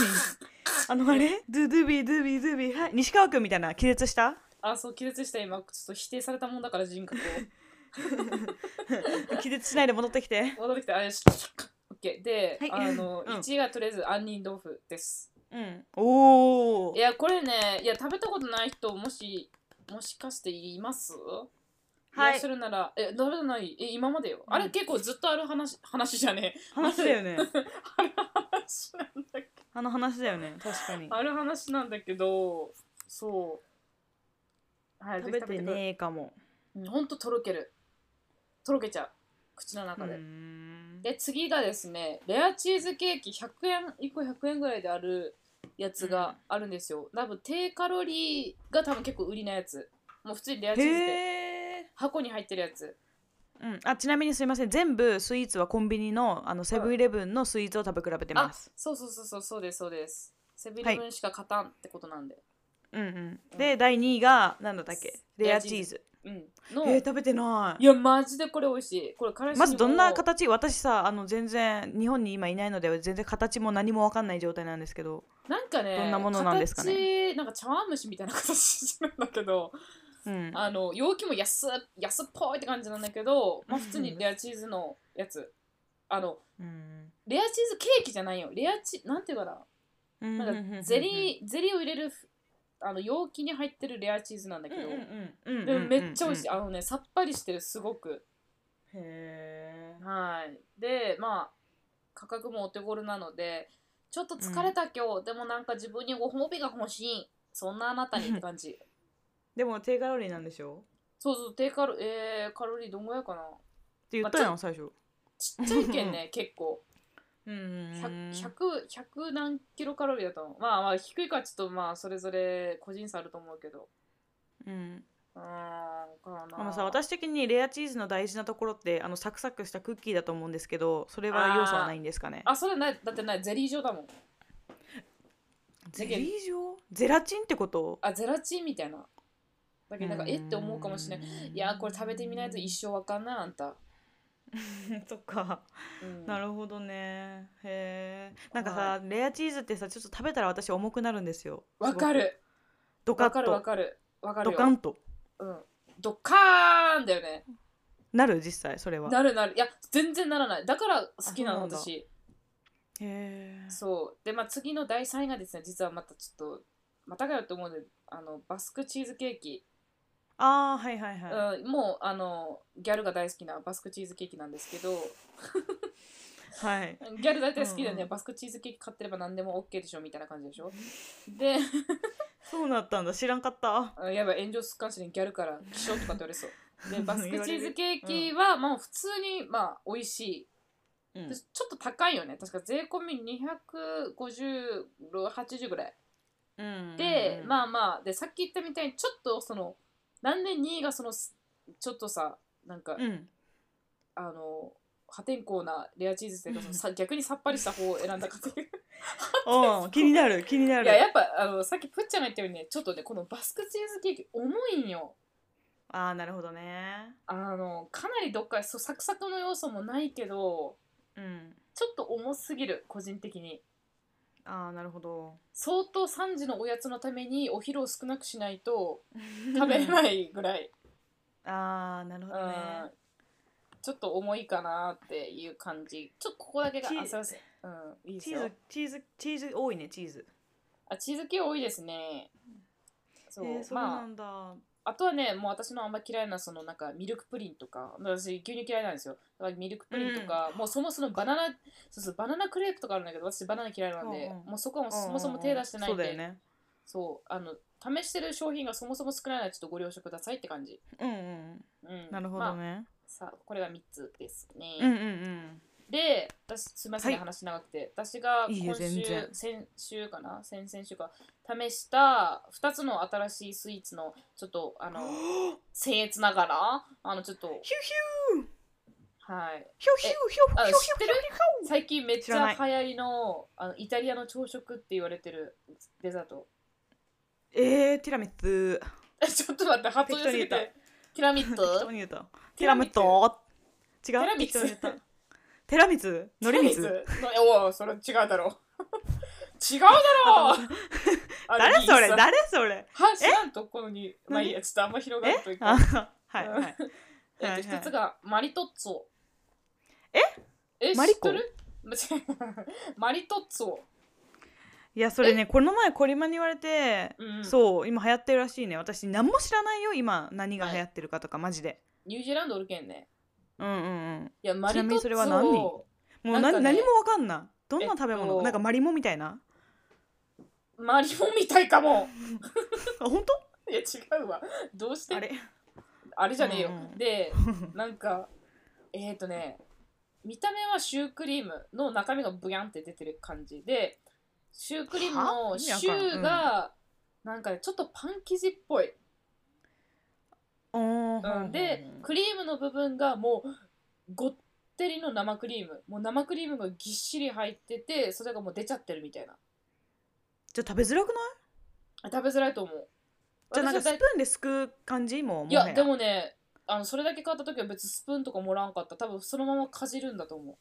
Speaker 2: あのあれドゥドゥビードゥビードゥビーはい西川君みたいな気絶 した
Speaker 1: あ、そう、気絶した今、ちょっと否定されたもんだから人格を。
Speaker 2: 気絶しないで戻ってきて。
Speaker 1: 戻ってきたあれしオッケーで、
Speaker 2: はい
Speaker 1: あの、
Speaker 2: うん
Speaker 1: 1位がとりあえず杏仁豆腐です
Speaker 2: うん。おお
Speaker 1: い。やこれねいや食べたことない人もしもしかしています
Speaker 2: は
Speaker 1: い
Speaker 2: い
Speaker 1: らっしゃるならえ食べたないえ今までよ、あ
Speaker 2: う
Speaker 1: れ
Speaker 2: ん
Speaker 1: 結構ずっとある話話じゃねえ
Speaker 2: 話だよね。
Speaker 1: ある話なんだけ
Speaker 2: あの話だよね。確かに
Speaker 1: ど。ある話なんだけどそうはい
Speaker 2: 食べて
Speaker 1: ぜ
Speaker 2: ねえかも。
Speaker 1: ひ食べてくだうんほんととろけるとろけちゃう口の
Speaker 2: う
Speaker 1: 中で、
Speaker 2: ん
Speaker 1: で次がですねレアチーズケーキ100円1個100円ぐらいであるやつがあるんですよ、多分低カロリーが多分結構売りなやつもう普通にレアチーズで
Speaker 2: へえ。
Speaker 1: 箱に入ってるやつ
Speaker 2: うん。あちなみにすいません。全部スイーツはコンビニのあのセブンイレブンのスイーツを食べ比べてま
Speaker 1: あ
Speaker 2: す。
Speaker 1: そうそうそうそうそうですそうですセブンイレブンしか勝たんってことなんで、
Speaker 2: うんうん
Speaker 1: うん
Speaker 2: で、第2位が何だったっけレ
Speaker 1: レ
Speaker 2: ア
Speaker 1: ア
Speaker 2: チ
Speaker 1: チ
Speaker 2: ー
Speaker 1: ー
Speaker 2: ズ。
Speaker 1: うんの、
Speaker 2: えー、食べてない
Speaker 1: やマジでこれ美味しいこれ彼氏にも
Speaker 2: まずどんな形私さあの全然日本に今いないので全然形も何も分かんない状態なんですけど
Speaker 1: なんかね
Speaker 2: どんなものなんですかね
Speaker 1: 形なんか茶碗蒸しみたいな形なんだけど
Speaker 2: うん
Speaker 1: あの容器も安っ安っぽいって感じなんだけど、まあ、
Speaker 2: うんうん
Speaker 1: 普通にレアチーズのやつあの
Speaker 2: うん
Speaker 1: レアチーズケーキじゃないよレアチなんていうかな
Speaker 2: うん
Speaker 1: なんかゼリーゼリーを入れるあの容器に入ってるレアチーズなんだけど、
Speaker 2: うんうんうんうんうん
Speaker 1: でもめっちゃ美味しい、
Speaker 2: うん
Speaker 1: あのねさっぱりしてるすごく
Speaker 2: うんへー
Speaker 1: はいでまあ価格もお手頃なのでちょっと疲れた今日、でもなんか自分にご褒美が欲しいそんなあなたにって感じ
Speaker 2: でも低カロリーなんでしょ
Speaker 1: そうそう低カロ,、えー、カロリーどんぐらいかな
Speaker 2: って言ったやん最初
Speaker 1: ちっちゃいけん ね結構
Speaker 2: うんうん
Speaker 1: 100 100何キロカロリーだと思うまあまあ低いかちょっとまあそれぞれ個人差あると思うけど
Speaker 2: うん
Speaker 1: うーんかな
Speaker 2: あのさ私的にレアチーズの大事なところってあのサクサクしたクッキーだと思うんですけどそれは要素はないんですかね
Speaker 1: あそれないだってないゼリー状だもん
Speaker 2: ゼリー状ゼラチンってこと
Speaker 1: あゼラチンみたいなだけどなんかえって思うかもしれない
Speaker 2: い
Speaker 1: いやこれ食べてみないと一生わかんないあんた、
Speaker 2: とか、
Speaker 1: うん、
Speaker 2: な
Speaker 1: る
Speaker 2: るほどねへえなんかさレアチーズってさちょっと食べたら私重くなるんですよ
Speaker 1: わかる
Speaker 2: すごく
Speaker 1: わか
Speaker 2: ドカッ
Speaker 1: るわ
Speaker 2: と
Speaker 1: かるわかる
Speaker 2: ド
Speaker 1: よ
Speaker 2: カンと
Speaker 1: うんドカーンだよね
Speaker 2: なる実際それは
Speaker 1: なるなるいや全然ならないだから好きなの
Speaker 2: あそうなんだ
Speaker 1: 私
Speaker 2: へえ
Speaker 1: そうでまあ次の第3位がですね実はまたちょっとまたかよって思うんであのバスクチーズケーキ、
Speaker 2: ああはいはいはい、
Speaker 1: うん、もうあのギャルが大好きなバスクチーズケーキなんですけど
Speaker 2: はい
Speaker 1: ギャル大体好きだよね、
Speaker 2: うんうん
Speaker 1: バスクチーズケーキ買ってれば何でも OK でしょみたいな感じでしょで
Speaker 2: そうなったんだ知らんかった
Speaker 1: あやばい炎上すっかんしにギャルから希少とかって言われそう でバスクチーズ
Speaker 2: ー
Speaker 1: ケーキはもう普通にまあ美味しい、
Speaker 2: キ、うん
Speaker 1: でちょっと高いよね確か税込み25080ぐらい
Speaker 2: うん
Speaker 1: で、
Speaker 2: うん
Speaker 1: まあまあでさっき言ったみたいにちょっとそのなんで2位がそのすちょっとさなんか、
Speaker 2: うん
Speaker 1: あの破天荒なレアチーズっていうかそのさ逆にさっぱりした方を選んだかという
Speaker 2: おー気になる気にないる
Speaker 1: ややっぱあのさっきプッちゃんが言ったようにねちょっとねこのバスクチーズケーキ重いんよ
Speaker 2: ああなるほどね
Speaker 1: あのかなりどっかそうサクサクの要素もないけど
Speaker 2: うん
Speaker 1: ちょっと重すぎる個人的に
Speaker 2: ああなるほど
Speaker 1: 相当3時のおやつのためにお昼を少なくしないと食べれないぐら い、
Speaker 2: ああなるほ
Speaker 1: う
Speaker 2: どね
Speaker 1: ん、ちょっと重いかなっていう感じちょっとここだけが
Speaker 2: チー
Speaker 1: あすいません、うん、いいです
Speaker 2: チ
Speaker 1: よ
Speaker 2: ーズチーズチーズ多いねチーズ
Speaker 1: あチーズ系多いですねそう、
Speaker 2: えー、そう
Speaker 1: まあ
Speaker 2: なんだ、
Speaker 1: あとはね、もう私のあんま嫌いな、そのなんかミルクプリンとか、私牛乳嫌いなんですよ。だからミルクプリンとか、もうそもそもバナナ、そうそう、バナナクレープとかあるんだけど、私バナナ嫌いなんで、
Speaker 2: うんうん
Speaker 1: もうそこはもう
Speaker 2: うんうんう
Speaker 1: そも
Speaker 2: ん
Speaker 1: そも手出してないんで、
Speaker 2: そうだよね
Speaker 1: そうあの、試してる商品がそもそも少ないのはちょっとご了承くださいって感じ。
Speaker 2: うんうん
Speaker 1: うん。
Speaker 2: なるほど
Speaker 1: まあ
Speaker 2: ね、
Speaker 1: さあ、これが3つですね。
Speaker 2: うんうんうん
Speaker 1: で、私、すみませんね、
Speaker 2: はい
Speaker 1: 話長くて。私が
Speaker 2: いい
Speaker 1: 今
Speaker 2: よ
Speaker 1: 週、
Speaker 2: 全然
Speaker 1: 先週かな先々週か、試した2つの新しいスイーツの、ちょっと、あの、僭越ながら、あの、ちょっと、
Speaker 2: ヒュヒュー
Speaker 1: はい。
Speaker 2: ヒュヒューヒュ
Speaker 1: あ
Speaker 2: ヒュヒュ
Speaker 1: 知ってる
Speaker 2: ヒュヒュ
Speaker 1: 最近めっ
Speaker 2: 知
Speaker 1: ち
Speaker 2: らな
Speaker 1: ゃ
Speaker 2: い
Speaker 1: 流行りのあのイタリアの朝食って言われてるデザート。
Speaker 2: えー、ティラミス
Speaker 1: えちょっと待って、発音良すぎ
Speaker 2: 適当に
Speaker 1: て。ティラミッ
Speaker 2: 適当
Speaker 1: ト
Speaker 2: に言った
Speaker 1: ティ
Speaker 2: ティ
Speaker 1: ラ
Speaker 2: ラ
Speaker 1: ミ
Speaker 2: ミ
Speaker 1: ッ
Speaker 2: ッ
Speaker 1: ト
Speaker 2: ト違
Speaker 1: ラ
Speaker 2: う
Speaker 1: ミッ
Speaker 2: 適
Speaker 1: ト
Speaker 2: 当に言ったテラミツのり水
Speaker 1: ティラミスのおうそれ違うだろう。 違うだろうあ
Speaker 2: 誰それ
Speaker 1: いいさ
Speaker 2: 誰それ
Speaker 1: は知らんとこのに、まあいいや、ちょっとあんま広が
Speaker 2: え
Speaker 1: るといか
Speaker 2: あ
Speaker 1: ん
Speaker 2: はい
Speaker 1: うん
Speaker 2: はい
Speaker 1: えっと、
Speaker 2: はいはい
Speaker 1: 一つがマリトッツォ。
Speaker 2: え
Speaker 1: え、
Speaker 2: マ
Speaker 1: 知
Speaker 2: リ
Speaker 1: っ
Speaker 2: コ
Speaker 1: てる 間違えマリトッツォ。
Speaker 2: いやそれねこの前コリマに言われて
Speaker 1: うん、う
Speaker 2: そう今流行ってるらしいね私何も知らないよ今何が流行ってるかとかマジで
Speaker 1: ニュージーランドおるけんね。
Speaker 2: うんうんうん
Speaker 1: いや、マ
Speaker 2: ち
Speaker 1: リ
Speaker 2: な
Speaker 1: ト
Speaker 2: み
Speaker 1: ッ
Speaker 2: に
Speaker 1: ツ
Speaker 2: そ
Speaker 1: ォ
Speaker 2: れは何もう
Speaker 1: なん
Speaker 2: な
Speaker 1: かね
Speaker 2: 何もわかんないどんな食べ
Speaker 1: えっ
Speaker 2: 物
Speaker 1: と
Speaker 2: なんかマリモみたいな
Speaker 1: マリオみたいかも。
Speaker 2: あ本当
Speaker 1: いや違うわ。どうして
Speaker 2: あ
Speaker 1: あれ
Speaker 2: れ
Speaker 1: じゃねえよ。
Speaker 2: うんうん
Speaker 1: で、なんか、えっ、ー、とね、見た目はシュークリームの中身がブヤンって出てる感じで、シュークリームの
Speaker 2: は意味わ
Speaker 1: シ
Speaker 2: からん
Speaker 1: ューが、なんかね、ちょっとパン生地っぽい。
Speaker 2: お
Speaker 1: う
Speaker 2: ー
Speaker 1: ん、で、クリームの部分がもう、ごってりの生クリーム。もう生クリームがぎっしり入ってて、それがもう出ちゃってるみたいな。
Speaker 2: じゃあ食べづらくない
Speaker 1: 食べづらいと思う。
Speaker 2: じゃあなんか
Speaker 1: 私は
Speaker 2: ス
Speaker 1: 大
Speaker 2: プーンですくう感じもう
Speaker 1: い
Speaker 2: もは
Speaker 1: やでもねあのそれだけ買った時は別にスプーンとかもらわんかった多分そのままかじるんだと思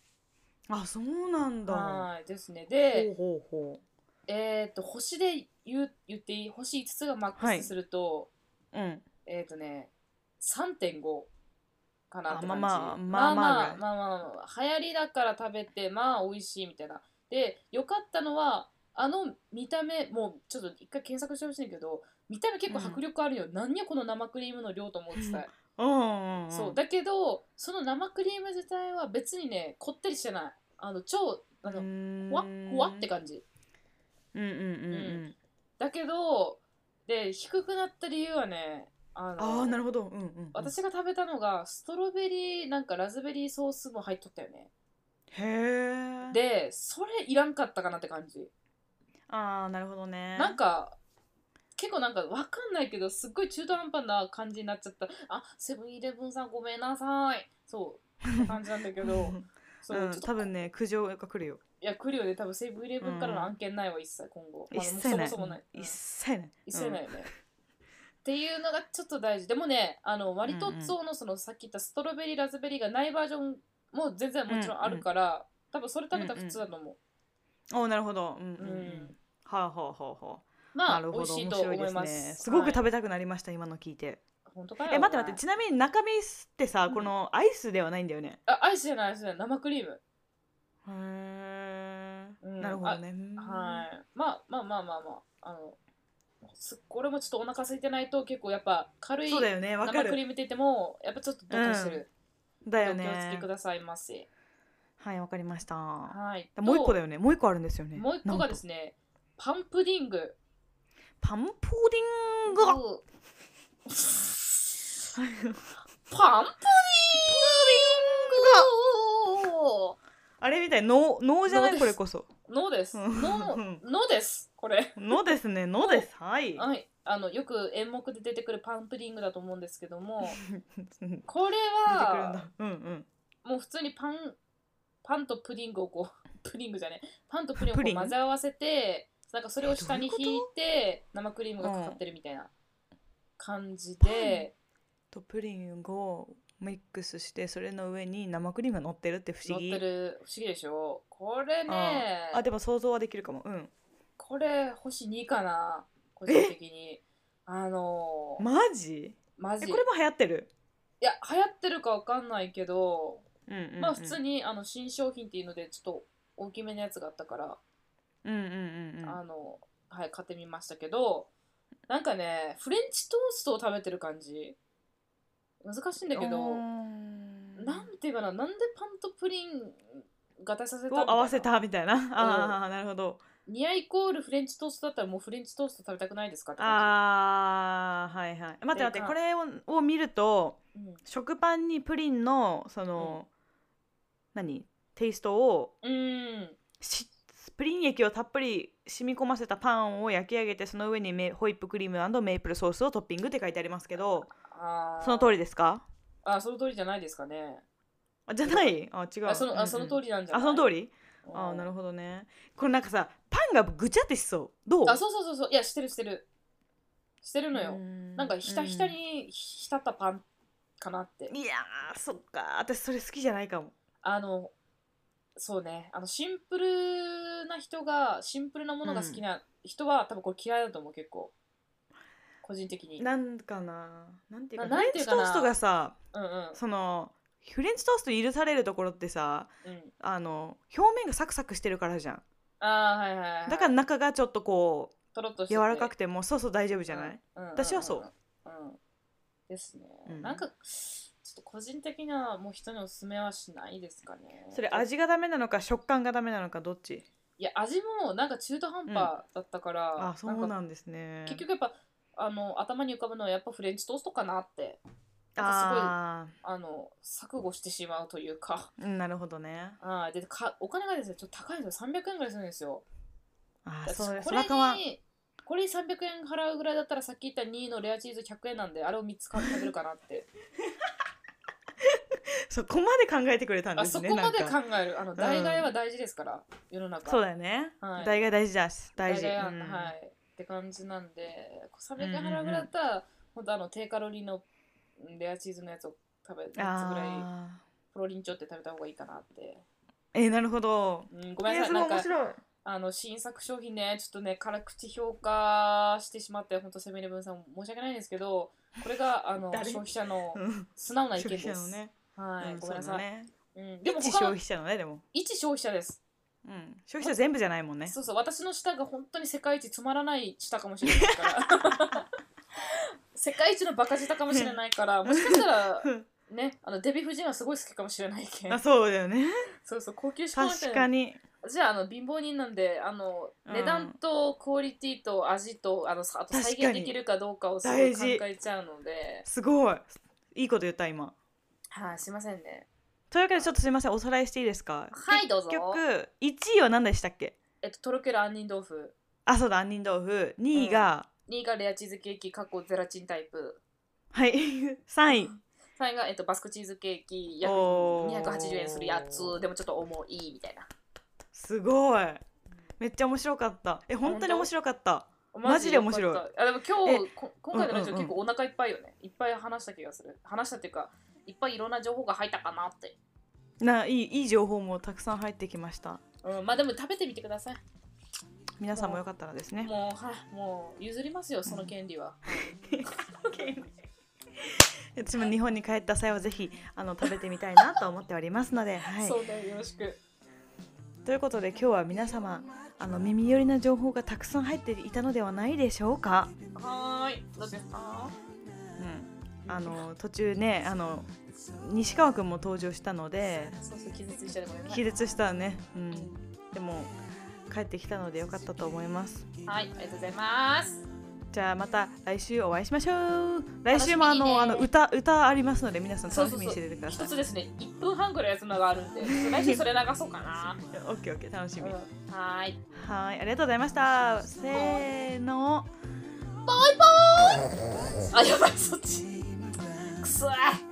Speaker 2: あそうなん
Speaker 1: う
Speaker 2: だ
Speaker 1: はいですね
Speaker 2: ほ
Speaker 1: で
Speaker 2: うほうほ
Speaker 1: えっ、と星で言う言っていい星5つがマッ
Speaker 2: は
Speaker 1: ク
Speaker 2: い
Speaker 1: スすると、
Speaker 2: ううん
Speaker 1: えっ、とね3.5かなって感じ
Speaker 2: あまあまあまあまあぐらい
Speaker 1: まあまあまあまあ流行りだから食べてまあ美味しいみたいなで良かったのはあの見た目もうちょっと一回検索してほしいんだけど見た目結構迫力あるよ、何やこの生クリームの量と思ってた
Speaker 2: うんうん
Speaker 1: そう
Speaker 2: だ
Speaker 1: だけどその生クリーム自体は別にねこってりしてないあの超あのふわっふわって感じ
Speaker 2: うんうんうんうん
Speaker 1: だけどで低くなった理由はねあの
Speaker 2: ああなるほどうんうんうん
Speaker 1: 私が食べたのがストロベリーなんかラズベリーソースも入っとったよね
Speaker 2: へえ
Speaker 1: でそれいらんかったかなって感じ
Speaker 2: ああなるほどね
Speaker 1: なんか結構なんかわかんないけどすっごい中途半端な感じになっちゃったあセブンイレブンさんごめんなさいそうそんな感じなんだけどそう、
Speaker 2: うん
Speaker 1: ちょっと
Speaker 2: 多分ね苦情が来るよ
Speaker 1: いや、来るよね。多分セブンイレブンからの
Speaker 2: うん
Speaker 1: 案件ないわ、一切今後。
Speaker 2: 一
Speaker 1: あ
Speaker 2: 切ない
Speaker 1: そもそもない。うん
Speaker 2: 一切ない
Speaker 1: 一切ないよね。っていうのがちょっと大事。でもね、あの、マリトッツォのその、さっき言ったストロベリー、ラズベリーがないバージョンも全然もちろんあるから、多分それ食べたら普通だと思う。
Speaker 2: おなるほどうん
Speaker 1: う
Speaker 2: う
Speaker 1: んん。
Speaker 2: うんはあはあはあはあ
Speaker 1: ま
Speaker 2: な
Speaker 1: あ、
Speaker 2: る
Speaker 1: 美
Speaker 2: ほ
Speaker 1: 味
Speaker 2: ど
Speaker 1: しい
Speaker 2: 面
Speaker 1: と
Speaker 2: 白い
Speaker 1: 思
Speaker 2: で
Speaker 1: い
Speaker 2: す
Speaker 1: ます。
Speaker 2: ねすごく食
Speaker 1: べ、
Speaker 2: べたくなりました今の聞いて
Speaker 1: 本当かよ。
Speaker 2: え待って待って
Speaker 1: ち
Speaker 2: ちなみに中身ってさこのアイスではないんだよね
Speaker 1: あ、アイスじゃない、アイスじゃない。生クリーム。
Speaker 2: へえ
Speaker 1: うん
Speaker 2: なるほどね
Speaker 1: はい。まあまあまあまあまあ。あの、すこれもちょっとお腹空いてないと結構やっぱ軽い
Speaker 2: そうだよねわか
Speaker 1: 生クリー
Speaker 2: る
Speaker 1: ムって言っても、やっぱちょっとドッとしてる。
Speaker 2: だよ
Speaker 1: お気をつけ
Speaker 2: ね
Speaker 1: くださいませ。
Speaker 2: はいわかりました
Speaker 1: はい。
Speaker 2: もう一個だ
Speaker 1: よ、
Speaker 2: よねもう一個あるんですよね
Speaker 1: もう一個がです
Speaker 2: ね
Speaker 1: ね、パンプディング。
Speaker 2: パンプディング
Speaker 1: うんパンプディン
Speaker 2: あれみたいの能じゃな
Speaker 1: 能で
Speaker 2: い
Speaker 1: す
Speaker 2: これこそ
Speaker 1: グのです。
Speaker 2: うん
Speaker 1: の
Speaker 2: うん、
Speaker 1: のです。これ。
Speaker 2: のですねのですはい
Speaker 1: はい。あの、よく演目で出てくるパンプディングだと思うんですけども、
Speaker 2: 出てくるん
Speaker 1: これは、
Speaker 2: だうんうん
Speaker 1: もう普通にパン、パンとプディングをこう、プ ディングじゃねえパンとプディングをこ
Speaker 2: プリ
Speaker 1: う
Speaker 2: ン
Speaker 1: 混ぜ合わせて、なんかそれを下に
Speaker 2: えどう
Speaker 1: 引
Speaker 2: い
Speaker 1: いうて、生クリームがかかってるみたいな感じで、
Speaker 2: とプリンをミックスしてそれの上に生クリームが乗ってるって不
Speaker 1: 乗
Speaker 2: 思
Speaker 1: っ
Speaker 2: 議
Speaker 1: てる不思議でしょこれね
Speaker 2: ああでも想像はできるかもうん
Speaker 1: これ星2かな個人的にあのー
Speaker 2: マジ
Speaker 1: マジ
Speaker 2: え
Speaker 1: い
Speaker 2: これも流行ってる
Speaker 1: や流行ってるかわかんないけど
Speaker 2: うんうんうん
Speaker 1: まあ普通にあの新商品っていうのでちょっと大きめのやつがあったから
Speaker 2: うんうんうんうん
Speaker 1: あのはい買ってみましたけどなんかねフレンチトーストを食べてる感じ難しいんだけどなんていうかななんでパンとプリン合体させたみたい
Speaker 2: を
Speaker 1: な
Speaker 2: 合わせたみたいなああなるほど
Speaker 1: ニアイコールフレンチトーストだったらもうフレンチトースト食べたくないですかって感
Speaker 2: あーはいはい待って待って
Speaker 1: で
Speaker 2: これをを見ると
Speaker 1: じ、うん
Speaker 2: 食パンにプリンのその、何テイストを
Speaker 1: うーん
Speaker 2: しプリン液をたっぷり染み込ませたパンを焼き上げてその上にメホイップクリームメープルソースをトッピングって書いてありますけど
Speaker 1: あー
Speaker 2: その通りですか
Speaker 1: あその通りじゃないですかね
Speaker 2: あじゃないあ違う
Speaker 1: あそのあ
Speaker 2: うん
Speaker 1: その通りなんじゃ
Speaker 2: あ
Speaker 1: ない
Speaker 2: その通り
Speaker 1: うん
Speaker 2: あなるほどねこれなんかさパンがぐちゃってしそうどう
Speaker 1: あそうそうそうそういやしてるしてるしてるのよ、
Speaker 2: ん
Speaker 1: なんかひたひた
Speaker 2: うん
Speaker 1: に浸ったパンかなって
Speaker 2: いやーそっか私それ好きじゃないかも
Speaker 1: あのそうねあのシンプルな人がシンプルなものが好きな人は、多分これ嫌いだと思う結構個人的に
Speaker 2: なんかななんていうか
Speaker 1: な
Speaker 2: フ
Speaker 1: な
Speaker 2: レ
Speaker 1: ん
Speaker 2: ン
Speaker 1: てい
Speaker 2: チ
Speaker 1: う
Speaker 2: ト
Speaker 1: かな
Speaker 2: ーストがさ
Speaker 1: うんうん
Speaker 2: そのフレンチトースト許されるところってさ
Speaker 1: うん
Speaker 2: あの表面がサクサクしてるからじゃん
Speaker 1: あーはいはいはい、はい、
Speaker 2: だから中がちょっとこ
Speaker 1: とろっと
Speaker 2: う
Speaker 1: して
Speaker 2: 柔
Speaker 1: て
Speaker 2: らかくてもそうそう大丈夫じゃない、
Speaker 1: うん、うん
Speaker 2: 私はそう、
Speaker 1: うんうんですね、
Speaker 2: うん
Speaker 1: なんかちょっと個人的なもう人におすすめはしないですかね
Speaker 2: それ味がダメなのか食感がダメなのかどっち
Speaker 1: いや味もなんか中途半端だったから、
Speaker 2: あそう
Speaker 1: か
Speaker 2: なんですね
Speaker 1: 結局やっぱあの頭に浮かぶのはやっぱフレンチトーストかなってなんか
Speaker 2: あ
Speaker 1: すごいあの錯誤してしまうというか
Speaker 2: あなるほどね
Speaker 1: あーでかお金がですねちょっと高いんですよ300円ぐらいするんですよ
Speaker 2: あー
Speaker 1: 私
Speaker 2: そうで
Speaker 1: こ
Speaker 2: すそ
Speaker 1: れ
Speaker 2: らかわん
Speaker 1: にこれ300円払うぐらいだったらさっき言った2位のレアチーズ100円なんであれを3つ買って食べるかなって
Speaker 2: そこまで考えてくれたんで
Speaker 1: あ
Speaker 2: す
Speaker 1: そ
Speaker 2: ね
Speaker 1: こまで
Speaker 2: なんか
Speaker 1: 考えるあの代替えは大事ですから、世の中
Speaker 2: そうだよね、
Speaker 1: はい
Speaker 2: 大概大事だし大
Speaker 1: 大
Speaker 2: 事
Speaker 1: 事やん
Speaker 2: うん
Speaker 1: はいって感じなんでこう
Speaker 2: うんう
Speaker 1: 300
Speaker 2: ん
Speaker 1: 円払うぐらいだったら、ほんとあの低カロリーのうんレアチーズのやつを食べるやつぐらい
Speaker 2: あ
Speaker 1: プロリンチョって食べた方がいいかなって、
Speaker 2: ーえーなるほど
Speaker 1: うん、ごめんなさいなん
Speaker 2: えーすごい面
Speaker 1: か
Speaker 2: 白い
Speaker 1: あの新作商品ねちょっとね辛口評価してしまってほんとセブンイレブンさん申し訳ないんですけどこれがあの
Speaker 2: 誰
Speaker 1: 消費者の
Speaker 2: うん
Speaker 1: 素直な意見
Speaker 2: 消
Speaker 1: で
Speaker 2: 費
Speaker 1: す
Speaker 2: 者のね、
Speaker 1: はい、
Speaker 2: うん
Speaker 1: ごめんな
Speaker 2: そう
Speaker 1: さい、
Speaker 2: だね
Speaker 1: うん、
Speaker 2: で
Speaker 1: でも
Speaker 2: も
Speaker 1: 他
Speaker 2: 一
Speaker 1: の
Speaker 2: 消費者のねでも、
Speaker 1: 一消費者です、
Speaker 2: うん、消費者全部じゃないもんね
Speaker 1: そうそう私の舌が本当に世界一つまらない舌かもしれないから 世界一のバカ舌かもしれないからもしかしたらねあのデヴィ夫人はすごい好きかもしれないけん
Speaker 2: あそうだよね
Speaker 1: そう そう高級志向みたい
Speaker 2: 確
Speaker 1: な
Speaker 2: かに
Speaker 1: じゃああの貧乏人なんであの、
Speaker 2: うん
Speaker 1: 値段とクオリティと味とあのさあと再
Speaker 2: 確か
Speaker 1: 現
Speaker 2: に
Speaker 1: できるかどうかをすごい
Speaker 2: 大
Speaker 1: 考
Speaker 2: 事
Speaker 1: えちゃうのです
Speaker 2: ごいいいこと言った今
Speaker 1: はい、すいませんね
Speaker 2: というわけでちょっとすみませんおさらいしていいですか
Speaker 1: はいどうぞ
Speaker 2: 結局1位は何でしたっけ
Speaker 1: えっととろける杏仁豆腐
Speaker 2: あそうだ杏仁豆腐2位が、
Speaker 1: 2位がレアチーズケーキかっこゼラチンタイプ
Speaker 2: はい 3位
Speaker 1: 3位が、えっと、バスクチーズケーキ約
Speaker 2: おー
Speaker 1: 280円するやつでもちょっと重いみたいな
Speaker 2: すごいめっちゃ面白かったえ本当に面白かったマジで面白い
Speaker 1: よかったあでも今日こ今回のラジ
Speaker 2: う
Speaker 1: オ
Speaker 2: んう
Speaker 1: 結
Speaker 2: んうん
Speaker 1: 構お腹いっぱいよね、いっぱい話した気がする話したっていうかいっぱいいろんな情報が入ったかなって、
Speaker 2: ないいいい情報もたくさん入ってきました
Speaker 1: うん、まあでも食べてみてください
Speaker 2: 皆さんもよかったらですね
Speaker 1: もうはいもう譲りますよその権利は、
Speaker 2: 私も日本に帰った際はぜひあの食べてみたいなと思っておりますので、はい、
Speaker 1: そうだよよろしく
Speaker 2: ということで今日は皆様あの耳寄りな情報がたくさん入っていたのではないでしょうか、
Speaker 1: はーいどうですか
Speaker 2: うん、あの途中ねあの西川君も登場したので
Speaker 1: そうそう傷ついちゃうごめんなさ
Speaker 2: 気
Speaker 1: い
Speaker 2: 絶したね、うん、でも帰ってきたのでよかったと思います
Speaker 1: はいありがとうございます
Speaker 2: じゃあまた来週お会いしましょう来週もあ
Speaker 1: 楽しみにね
Speaker 2: のあの歌歌ありますので皆さん
Speaker 1: そう
Speaker 2: 楽
Speaker 1: そ
Speaker 2: し
Speaker 1: うそう
Speaker 2: みにしててくださ
Speaker 1: 一
Speaker 2: い
Speaker 1: つですね1分半ぐらいやつのがある んで来週それ流そうか な、
Speaker 2: オッケーオッケー楽し
Speaker 1: うん、
Speaker 2: み、
Speaker 1: はーい
Speaker 2: はいありがとうございましたせーの
Speaker 1: あやばいそっちくそー